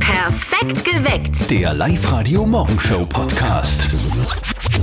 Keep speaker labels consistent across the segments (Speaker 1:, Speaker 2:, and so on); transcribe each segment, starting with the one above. Speaker 1: Perfekt geweckt.
Speaker 2: Der Live-Radio-Morgenshow-Podcast.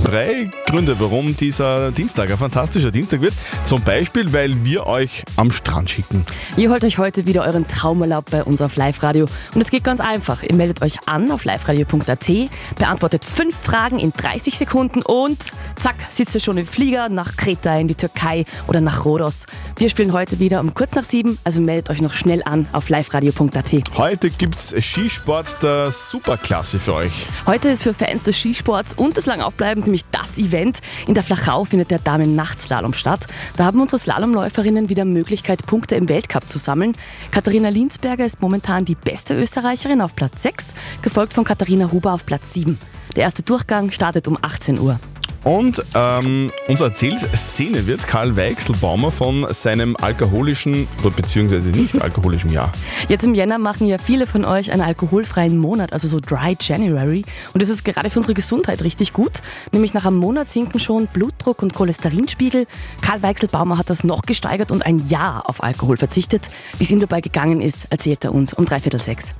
Speaker 3: drei Gründe, warum dieser Dienstag ein fantastischer Dienstag wird. Zum Beispiel, weil wir euch am Strand schicken.
Speaker 4: Ihr holt euch heute wieder euren Traumerlaub bei uns auf Live-Radio. Und es geht ganz einfach. Ihr meldet euch an auf liveradio.at, beantwortet fünf Fragen in 30 Sekunden und zack, sitzt ihr schon im Flieger nach Kreta, in die Türkei oder nach Rhodos. Wir spielen heute wieder um kurz nach sieben, also meldet euch noch schnell an auf liveradio.at.
Speaker 3: Heute gibt's Skisport der Superklasse für euch.
Speaker 4: Heute ist für Fans des Skisports und des Langaufbleibens nämlich das Event. In der Flachau findet der Damen-Nachtslalom statt. Da haben unsere Slalomläuferinnen wieder Möglichkeit, Punkte im Weltcup zu sammeln. Katharina Linsberger ist momentan die beste Österreicherin auf Platz 6, gefolgt von Katharina Huber auf Platz 7. Der erste Durchgang startet um 18 Uhr.
Speaker 3: Und ähm, unser Erzählszene wird Karl Weichselbaumer von seinem alkoholischen, beziehungsweise nicht alkoholischen Jahr.
Speaker 4: Jetzt im Jänner machen ja viele von euch einen alkoholfreien Monat, also so Dry January. Und das ist gerade für unsere Gesundheit richtig gut. Nämlich nach einem Monat sinken schon Blutdruck und Cholesterinspiegel. Karl Weichselbaumer hat das noch gesteigert und ein Jahr auf Alkohol verzichtet. Wie es ihm dabei gegangen ist, erzählt er uns um dreiviertel sechs.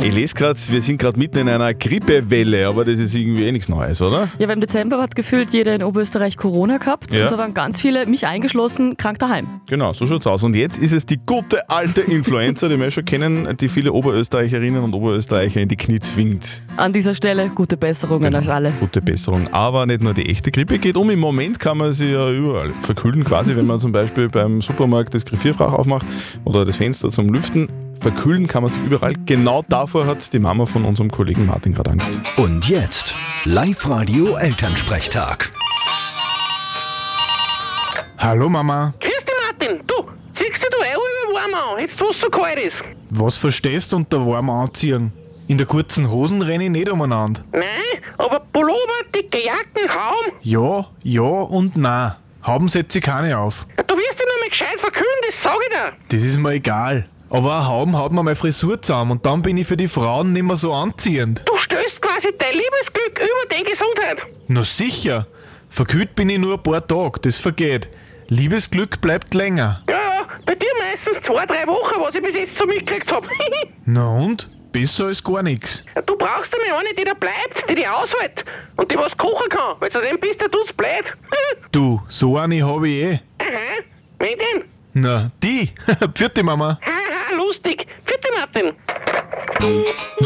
Speaker 3: Ich lese gerade, wir sind gerade mitten in einer Grippewelle, aber das ist irgendwie eh nichts Neues, oder?
Speaker 4: Ja, beim Dezember hat gefühlt jeder in Oberösterreich Corona gehabt.
Speaker 3: Ja.
Speaker 4: Und da waren ganz viele, mich eingeschlossen, krank daheim.
Speaker 3: Genau, so schaut's aus. Und jetzt ist es die gute alte Influenza, die wir schon kennen, die viele Oberösterreicherinnen und Oberösterreicher in die Knie zwingt.
Speaker 4: An dieser Stelle gute Besserung an euch alle.
Speaker 3: Gute Besserung. Aber nicht nur die echte Grippe geht um. Im Moment kann man sie ja überall verkühlen, quasi, wenn man zum Beispiel beim Supermarkt das Griffierfach aufmacht oder das Fenster zum Lüften. Verkühlen kann man sie überall. Genau davor hat die Mama von unserem Kollegen Martin gerade Angst.
Speaker 2: Und jetzt Live-Radio Elternsprechtag.
Speaker 5: Hallo Mama,
Speaker 6: Grüß dich, Martin. Du, ziehst dich du eh über warm an, jetzt wo es so kalt ist.
Speaker 5: was verstehst du unter warm anziehen? In der kurzen Hosen renne ich nicht umeinander.
Speaker 6: Nein, aber Pullover, dicke Jacken, Raum.
Speaker 5: Ja, ja und nein. Haben setze ich keine auf.
Speaker 6: Du wirst dich nicht mehr gescheit verkühlen, das sag ich dir.
Speaker 5: Das ist mir egal. Aber ein Hauben haut mir meine Frisur zusammen und dann bin ich für die Frauen nicht mehr so anziehend.
Speaker 6: Du stößt quasi dein Liebesglück über deine Gesundheit.
Speaker 5: Na sicher. Verkühlt bin ich nur ein paar Tage, das vergeht. Liebesglück bleibt länger.
Speaker 6: Ja, ja, bei dir meistens zwei, drei Wochen, was ich bis jetzt so mitgekriegt hab.
Speaker 5: Na und? Besser als gar nichts.
Speaker 6: du brauchst nämlich eine, die da bleibt, die dich aushält und die was kochen kann, weil zu dem bist du du's blöd.
Speaker 5: Du, so eine habe ich eh.
Speaker 6: Aha, wen denn?
Speaker 5: Na, die. Pfiat Mama.
Speaker 6: Haha, lustig. Vierte Martin.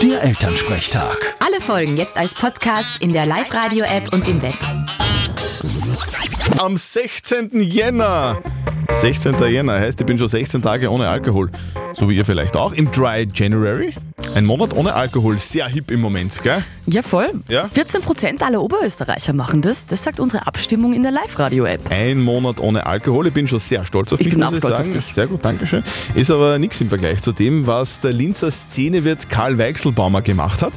Speaker 2: Der Elternsprechtag.
Speaker 7: Alle Folgen jetzt als Podcast in der Live-Radio-App und im Web.
Speaker 3: Am 16. Jänner. 16. Jänner heißt, ich bin schon 16 Tage ohne Alkohol. So wie ihr vielleicht auch. Im Dry January. Ein Monat ohne Alkohol. Sehr hip im Moment, gell?
Speaker 4: Ja, voll.
Speaker 3: Ja.
Speaker 4: 14 Prozent aller Oberösterreicher machen das. Das sagt unsere Abstimmung in der Live-Radio-App.
Speaker 3: Ein Monat ohne Alkohol. Ich bin schon sehr stolz auf
Speaker 4: Ich
Speaker 3: mich,
Speaker 4: bin
Speaker 3: muss
Speaker 4: auch stolz auf
Speaker 3: sagen.
Speaker 4: dich.
Speaker 3: Sehr gut, Dankeschön. Ist aber nichts im Vergleich zu dem, was der Linzer Szenewirt Karl Weichselbaumer gemacht hat.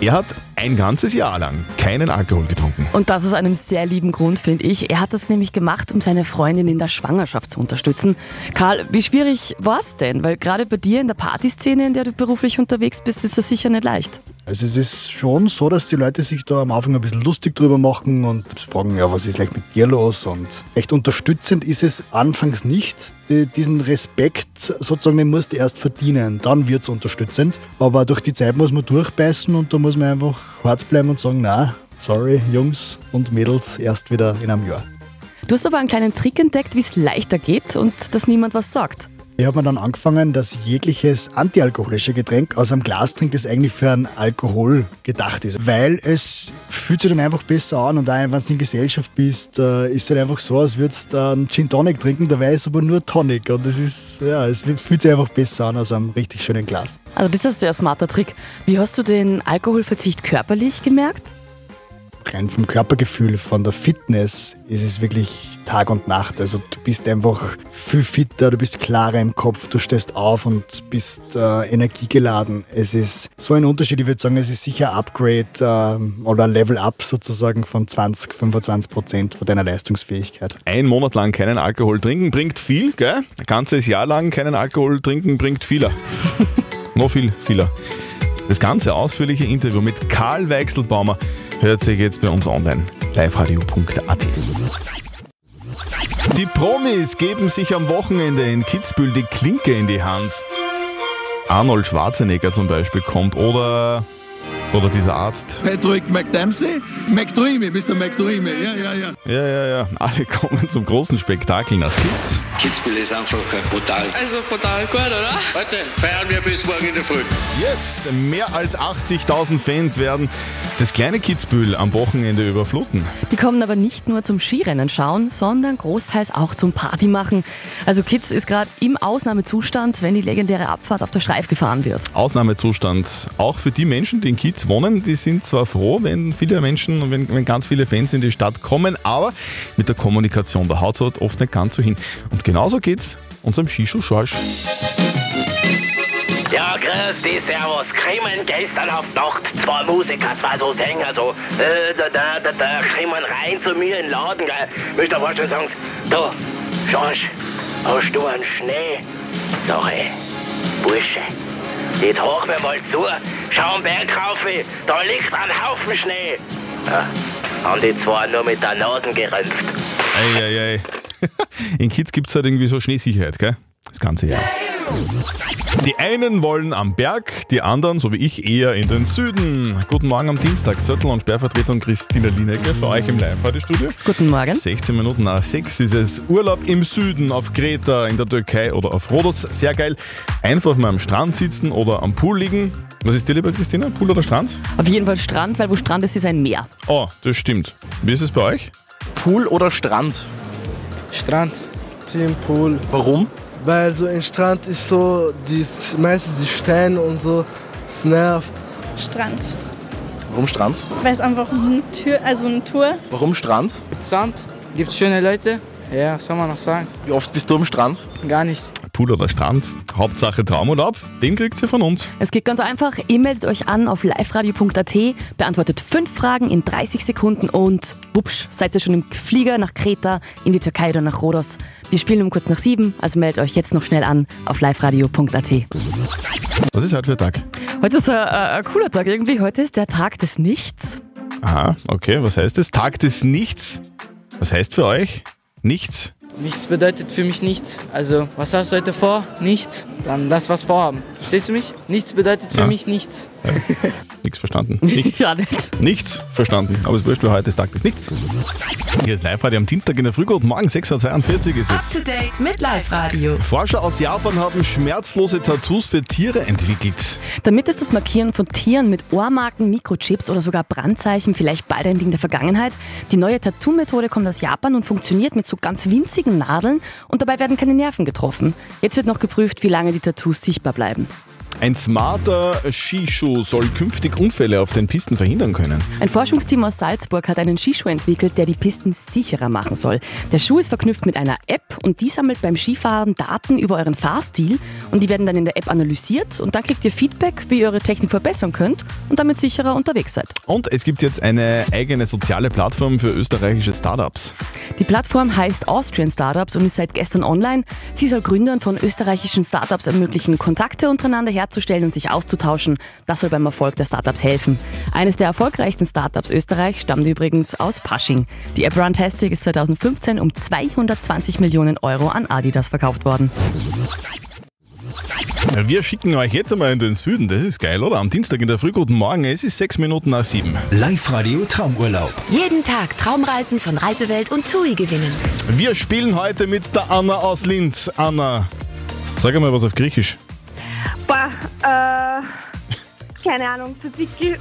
Speaker 3: Er hat ein ganzes Jahr lang keinen Alkohol getrunken.
Speaker 4: Und das aus einem sehr lieben Grund, finde ich. Er hat das nämlich gemacht, um seine Freundin in der Schwangerschaft zu unterstützen. Karl, wie schwierig war es denn? Weil gerade bei dir in der Partyszene, in der du beruflich unterwegs bist, ist das sicher nicht leicht.
Speaker 8: Also es ist schon so, dass die Leute sich da am Anfang ein bisschen lustig drüber machen und fragen, ja, was ist gleich mit dir los? Und echt unterstützend ist es anfangs nicht. Die, diesen Respekt sozusagen, den musst du erst verdienen, dann wird es unterstützend. Aber durch die Zeit muss man durchbeißen und da muss man einfach hart bleiben und sagen, na, sorry, Jungs und Mädels, erst wieder in einem Jahr.
Speaker 4: Du hast aber einen kleinen Trick entdeckt, wie es leichter geht und dass niemand was sagt.
Speaker 8: Ich habe dann angefangen, dass jegliches antialkoholische Getränk aus einem Glas trinkt, das eigentlich für einen Alkohol gedacht ist. Weil es fühlt sich dann einfach besser an und auch wenn du in Gesellschaft bist, äh, ist es halt einfach so, als würdest du einen Gin Tonic trinken, dabei ist aber nur Tonic und es ist, ja, es fühlt sich einfach besser an aus einem richtig schönen Glas.
Speaker 4: Also das ist ein sehr smarter Trick. Wie hast du den Alkoholverzicht körperlich gemerkt?
Speaker 8: rein vom Körpergefühl, von der Fitness ist es wirklich Tag und Nacht. Also du bist einfach viel fitter, du bist klarer im Kopf, du stehst auf und bist äh, energiegeladen. Es ist so ein Unterschied, ich würde sagen, es ist sicher ein Upgrade ähm, oder ein Level-Up sozusagen von 20, 25 Prozent von deiner Leistungsfähigkeit.
Speaker 3: Ein Monat lang keinen Alkohol trinken bringt viel, gell? Ein ganzes Jahr lang keinen Alkohol trinken bringt vieler. Noch viel, vieler. Das ganze ausführliche Interview mit Karl Weichselbaumer hört sich jetzt bei uns online. liveradio.at Die Promis geben sich am Wochenende in Kitzbühel die Klinke in die Hand. Arnold Schwarzenegger zum Beispiel kommt oder, oder dieser Arzt.
Speaker 1: Patrick McDempsey? McDreamy, Mr. McDreamy, ja, ja, ja.
Speaker 3: Ja, ja, ja. Alle kommen zum großen Spektakel nach Kids.
Speaker 9: Kitzbühel ist einfach brutal.
Speaker 10: Also brutal gut, oder?
Speaker 9: Heute feiern wir bis morgen in der Früh.
Speaker 3: Jetzt mehr als 80.000 Fans werden das kleine Kitzbühel am Wochenende überfluten.
Speaker 4: Die kommen aber nicht nur zum Skirennen schauen, sondern großteils auch zum Party machen. Also Kids ist gerade im Ausnahmezustand, wenn die legendäre Abfahrt auf der Streif gefahren wird.
Speaker 3: Ausnahmezustand. Auch für die Menschen, die in Kiez wohnen, die sind zwar froh, wenn viele Menschen und wenn, wenn ganz viele Fans in die Stadt kommen, aber mit der Kommunikation, da haut es oft nicht ganz so hin. Und genauso geht's unserem Skischuh-Schorsch.
Speaker 11: Ja, grüß dich, servus. Krimen gestern auf Nacht zwei Musiker, zwei so Sänger, so äh, da, da, da, da, krimen rein zu mir in den Laden, gell. Müsst ihr vorstellen, sagen sie, du, Schorsch, hast du einen Schnee? Sag ich, Bursche, jetzt hoch mir mal zu, schau am Berg rauf, da liegt ein Haufen Schnee. Ja, haben die zwei nur mit der Nase gerümpft.
Speaker 3: Ei, ei, ei. In Kids gibt's halt irgendwie so Schneesicherheit, gell? Das ganze Jahr. Die einen wollen am Berg, die anderen, so wie ich, eher in den Süden. Guten Morgen am Dienstag. Zettel und Sperrvertretung Christina Linecker für euch im Live-Radio-Studio.
Speaker 4: Guten Morgen.
Speaker 3: 16 Minuten nach 6 ist es Urlaub im Süden, auf Kreta, in der Türkei oder auf Rhodos. Sehr geil. Einfach mal am Strand sitzen oder am Pool liegen. Was ist dir lieber, Christina? Pool oder Strand?
Speaker 4: Auf jeden Fall Strand, weil wo Strand ist, ist ein Meer.
Speaker 3: Oh, das stimmt. Wie ist es bei euch?
Speaker 12: Pool oder Strand?
Speaker 13: Strand,
Speaker 14: Team Pool,
Speaker 12: Warum?
Speaker 14: weil so ein Strand ist so, die, meistens die Steine und so, es nervt.
Speaker 15: Strand.
Speaker 12: Warum Strand?
Speaker 15: Weil es einfach eine Tür, also eine Tour.
Speaker 12: Warum Strand?
Speaker 13: gibt's Sand, gibt's schöne Leute. Ja, was soll man noch sagen?
Speaker 12: Wie oft bist du am Strand?
Speaker 13: Gar nicht.
Speaker 3: Pool oder Strand? Hauptsache Traumurlaub, den kriegt ihr von uns.
Speaker 4: Es geht ganz einfach. Ihr meldet euch an auf liveradio.at, beantwortet fünf Fragen in 30 Sekunden und wupsch, seid ihr schon im Flieger nach Kreta, in die Türkei oder nach Rhodos. Wir spielen um kurz nach sieben, also meldet euch jetzt noch schnell an auf liveradio.at.
Speaker 3: Was ist heute für ein Tag?
Speaker 4: Heute ist ein, äh, ein cooler Tag irgendwie. Heute ist der Tag des Nichts.
Speaker 3: Aha, okay, was heißt das? Tag des Nichts. Was heißt für euch? Nichts.
Speaker 13: Nichts bedeutet für mich nichts. Also, was hast du heute vor? Nichts. Dann lass was vorhaben. Verstehst du mich? Nichts bedeutet für
Speaker 3: Ja.
Speaker 13: mich nichts.
Speaker 3: Nichts verstanden. Nichts.
Speaker 4: Ja, nicht.
Speaker 3: Nichts verstanden. Aber es wurscht, weil heute ist Tag des Nichts. Hier ist live heute am Dienstag in der Früh. Guten Morgen, 6.42 Uhr ist
Speaker 7: Up
Speaker 3: es.
Speaker 7: to date mit Live Radio.
Speaker 3: Forscher aus Japan haben schmerzlose Tattoos für Tiere entwickelt.
Speaker 4: Damit ist das Markieren von Tieren mit Ohrmarken, Mikrochips oder sogar Brandzeichen vielleicht bald ein Ding der Vergangenheit. Die neue Tattoo-Methode kommt aus Japan und funktioniert mit so ganz winzigen Nadeln und dabei werden keine Nerven getroffen. Jetzt wird noch geprüft, wie lange die Tattoos sichtbar bleiben.
Speaker 3: Ein smarter Skischuh soll künftig Unfälle auf den Pisten verhindern können.
Speaker 4: Ein Forschungsteam aus Salzburg hat einen Skischuh entwickelt, der die Pisten sicherer machen soll. Der Schuh ist verknüpft mit einer App und die sammelt beim Skifahren Daten über euren Fahrstil und die werden dann in der App analysiert und dann kriegt ihr Feedback, wie ihr eure Technik verbessern könnt und damit sicherer unterwegs seid.
Speaker 3: Und es gibt jetzt eine eigene soziale Plattform für österreichische Startups.
Speaker 4: Die Plattform heißt Austrian Startups und ist seit gestern online. Sie soll Gründern von österreichischen Startups ermöglichen, Kontakte untereinander herzustellen und sich auszutauschen. Das soll beim Erfolg der Startups helfen. Eines der erfolgreichsten Startups Österreich stammt übrigens aus Pasching. Die App Runtastic ist 2015 um 220 Millionen Euro an Adidas verkauft worden.
Speaker 3: Wir schicken euch jetzt einmal in den Süden. Das ist geil, oder? Am Dienstag in der Früh. Guten Morgen. Es ist sechs Minuten nach sieben.
Speaker 2: Live-Radio Traumurlaub.
Speaker 7: Jeden Tag Traumreisen von Reisewelt und TUI gewinnen.
Speaker 3: Wir spielen heute mit der Anna aus Linz. Anna, sag einmal was auf Griechisch.
Speaker 15: Boah, äh, keine Ahnung, Tzatziki.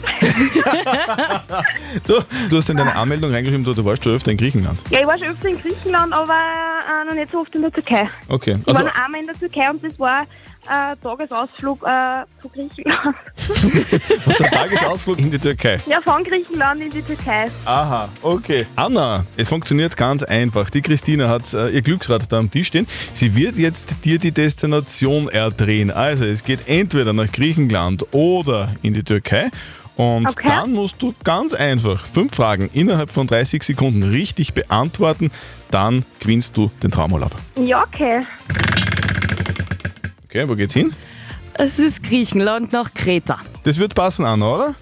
Speaker 3: Du, du hast in deine Anmeldung reingeschrieben, du, du warst schon öfter in Griechenland.
Speaker 15: Ja, ich war schon öfter in Griechenland, aber äh, noch nicht so oft in der Türkei.
Speaker 3: Okay.
Speaker 15: Ich
Speaker 3: Also,
Speaker 15: war noch einmal in der Türkei und das war äh, Tagesausflug äh, zu Griechenland.
Speaker 3: hast einen Tagesausflug in die Türkei.
Speaker 15: Ja, von Griechenland in die Türkei.
Speaker 11: Ah.
Speaker 3: Aha, okay. Anna, es funktioniert ganz einfach. Die Christina hat äh, ihr Glücksrad da am Tisch stehen. Sie wird jetzt dir die Destination erdrehen. Also es geht entweder nach Griechenland oder in die Türkei. Und
Speaker 15: Okay.
Speaker 3: dann musst du ganz einfach fünf Fragen innerhalb von 30 Sekunden richtig beantworten. Dann gewinnst du den Traumurlaub.
Speaker 15: Ja, okay.
Speaker 3: Okay, wo geht's hin?
Speaker 4: Es ist Griechenland nach Kreta.
Speaker 3: Das wird passen, Anna, oder?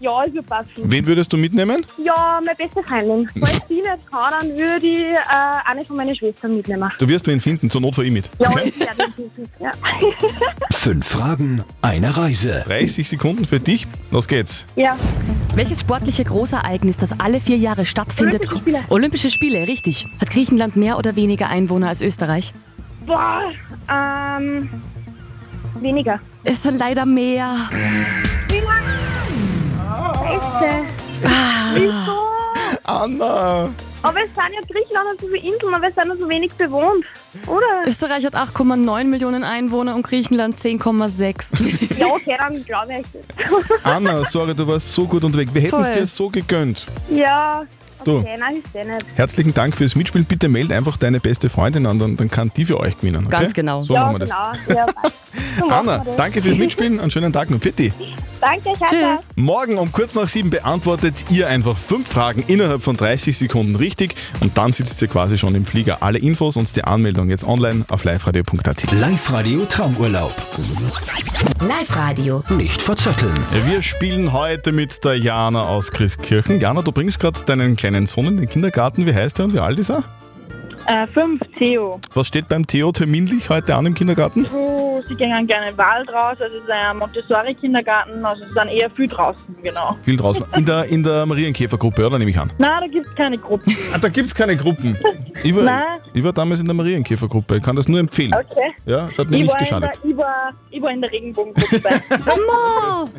Speaker 15: Ja, es wird passen.
Speaker 3: Wen würdest du mitnehmen?
Speaker 15: Ja, meine beste Freundin. Falls die nicht kann, dann würde ich äh, eine von meinen Schwestern mitnehmen.
Speaker 3: Du wirst wen finden, zur Not für ihn mit.
Speaker 15: Ja, ich werde ihn ja.
Speaker 2: Fünf Fragen, eine Reise.
Speaker 3: 30 Sekunden für dich. Los geht's.
Speaker 15: ja.
Speaker 4: Welches sportliche Großereignis, das alle vier Jahre stattfindet?
Speaker 15: Olympische Spiele.
Speaker 4: Olympische Spiele, richtig. Hat Griechenland mehr oder weniger Einwohner als Österreich?
Speaker 15: Boah, ähm, weniger.
Speaker 4: Es sind leider mehr.
Speaker 15: Scheiße. Wieso?
Speaker 3: Anna!
Speaker 15: Aber es sind ja Griechenland und so viele Inseln, aber es sind ja so wenig bewohnt, oder?
Speaker 4: Österreich hat 8,9 Millionen Einwohner und Griechenland 10,6.
Speaker 15: Ja, okay, dann glaube ich das.
Speaker 3: Anna, sorry, du warst so gut unterwegs. Wir hätten es
Speaker 15: Voll.
Speaker 3: dir so gegönnt.
Speaker 15: Ja,
Speaker 3: Du.
Speaker 15: okay, nein, ist eh nicht.
Speaker 3: Herzlichen Dank fürs Mitspielen. Bitte meld einfach deine beste Freundin an, dann, dann kann die für euch gewinnen. Okay?
Speaker 4: Ganz genau.
Speaker 3: So
Speaker 15: ja,
Speaker 3: machen wir das.
Speaker 15: genau. Ja, passt. So machen
Speaker 3: Anna,
Speaker 15: wir das.
Speaker 3: danke fürs Mitspielen. Einen schönen Tag noch. Fitti.
Speaker 15: Danke, Tschüss.
Speaker 3: Morgen um kurz nach sieben beantwortet ihr einfach fünf Fragen innerhalb von 30 Sekunden richtig und dann sitzt ihr quasi schon im Flieger. Alle Infos und die Anmeldung jetzt online auf liveradio.at.
Speaker 2: Live-Radio Traumurlaub.
Speaker 7: Live-Radio.
Speaker 2: Nicht verzetteln.
Speaker 3: Wir spielen heute mit der Jana aus Christkirchen. Jana, du bringst gerade deinen kleinen Sohn in den Kindergarten. Wie heißt er und wie alt ist er?
Speaker 10: Äh, fünf Theo.
Speaker 3: Was steht beim Theo terminlich heute an im Kindergarten?
Speaker 10: So, sie gehen gerne in den Wald raus, also es ist ein Montessori-Kindergarten, also es ist dann eher viel draußen, genau.
Speaker 3: Viel draußen. In der, in der Marienkäfergruppe, oder nehme ich an?
Speaker 10: Na, da gibt es keine Gruppen.
Speaker 3: Ah, da gibt es keine Gruppen. Ich war,
Speaker 10: Nein.
Speaker 3: ich war damals in der Marienkäfergruppe. Ich kann das nur empfehlen.
Speaker 10: Okay.
Speaker 3: Ja, es hat mir
Speaker 10: ich,
Speaker 3: nicht
Speaker 10: war in
Speaker 3: geschadet.
Speaker 10: der, ich, war, ich war in der Regenbogengruppe.
Speaker 4: Mo!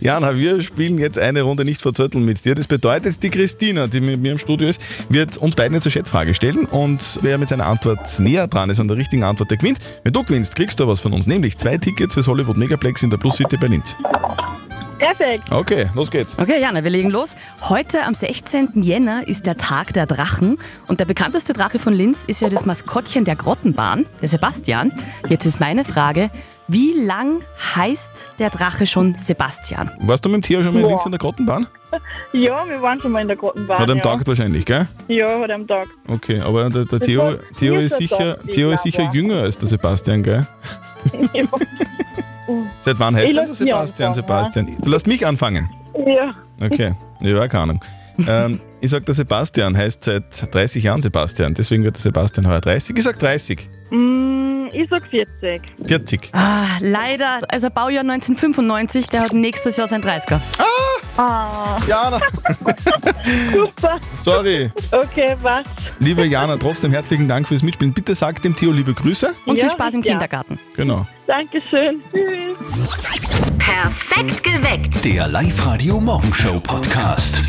Speaker 3: Jana, wir spielen jetzt eine Runde nicht verzötteln mit dir. Das bedeutet, die Christina, die mit mir im Studio ist, wird uns beiden jetzt eine Schätzfrage stellen und wer mit seiner Antwort näher dran ist an der richtigen Antwort, der gewinnt. Wenn du gewinnst, kriegst du was von uns, nämlich zwei Tickets fürs Hollywood Megaplex in der Plus City bei Linz.
Speaker 10: Perfekt.
Speaker 3: Okay, los geht's.
Speaker 4: Okay, Jana, wir legen los. Heute am 16. Jänner ist der Tag der Drachen und der bekannteste Drache von Linz ist ja das Maskottchen der Grottenbahn, der Sebastian. Jetzt ist meine Frage, wie lang heißt der Drache schon Sebastian?
Speaker 3: Warst du mit dem Theo schon mal in
Speaker 10: Boah.
Speaker 3: Linz in der Grottenbahn?
Speaker 10: ja, wir waren schon mal in der Grottenbahn.
Speaker 3: Bei dem
Speaker 10: ja.
Speaker 3: Tag wahrscheinlich, gell?
Speaker 10: Ja, bei dem Tag.
Speaker 3: Okay, aber der, der
Speaker 10: Das
Speaker 3: Theo,
Speaker 10: war-
Speaker 3: Theo,
Speaker 10: mir
Speaker 3: ist
Speaker 10: ist der
Speaker 3: sicher,
Speaker 10: Tag
Speaker 3: Theo ist
Speaker 10: lieber,
Speaker 3: sicher
Speaker 10: aber-
Speaker 3: jünger als der Sebastian, gell? Seit wann heißt
Speaker 10: Ich
Speaker 3: denn der
Speaker 10: lass mich
Speaker 3: Sebastian,
Speaker 10: anfangen,
Speaker 3: Sebastian? Du lass mich anfangen.
Speaker 10: ne? Ja.
Speaker 3: Okay, ja, keine Ahnung. Ähm, ich sag, der Sebastian heißt seit 30 Jahren Sebastian, deswegen wird der Sebastian heuer 30. Ich sag 30,
Speaker 10: Mm, ich sag 40.
Speaker 3: 40.
Speaker 4: Ah, leider, also Baujahr 1995, der hat nächstes Jahr sein 30er.
Speaker 10: Ah,
Speaker 3: Jana!
Speaker 10: super.
Speaker 3: Sorry,
Speaker 10: Okay, was?
Speaker 3: liebe Jana, trotzdem herzlichen Dank fürs Mitspielen. Bitte sag dem Theo liebe Grüße.
Speaker 4: Und
Speaker 10: Ja,
Speaker 4: viel Spaß im
Speaker 10: sicher.
Speaker 4: Kindergarten.
Speaker 3: Genau.
Speaker 10: Dankeschön. Tschüss.
Speaker 7: Perfekt geweckt.
Speaker 2: Der Live-Radio Morgenshow Podcast.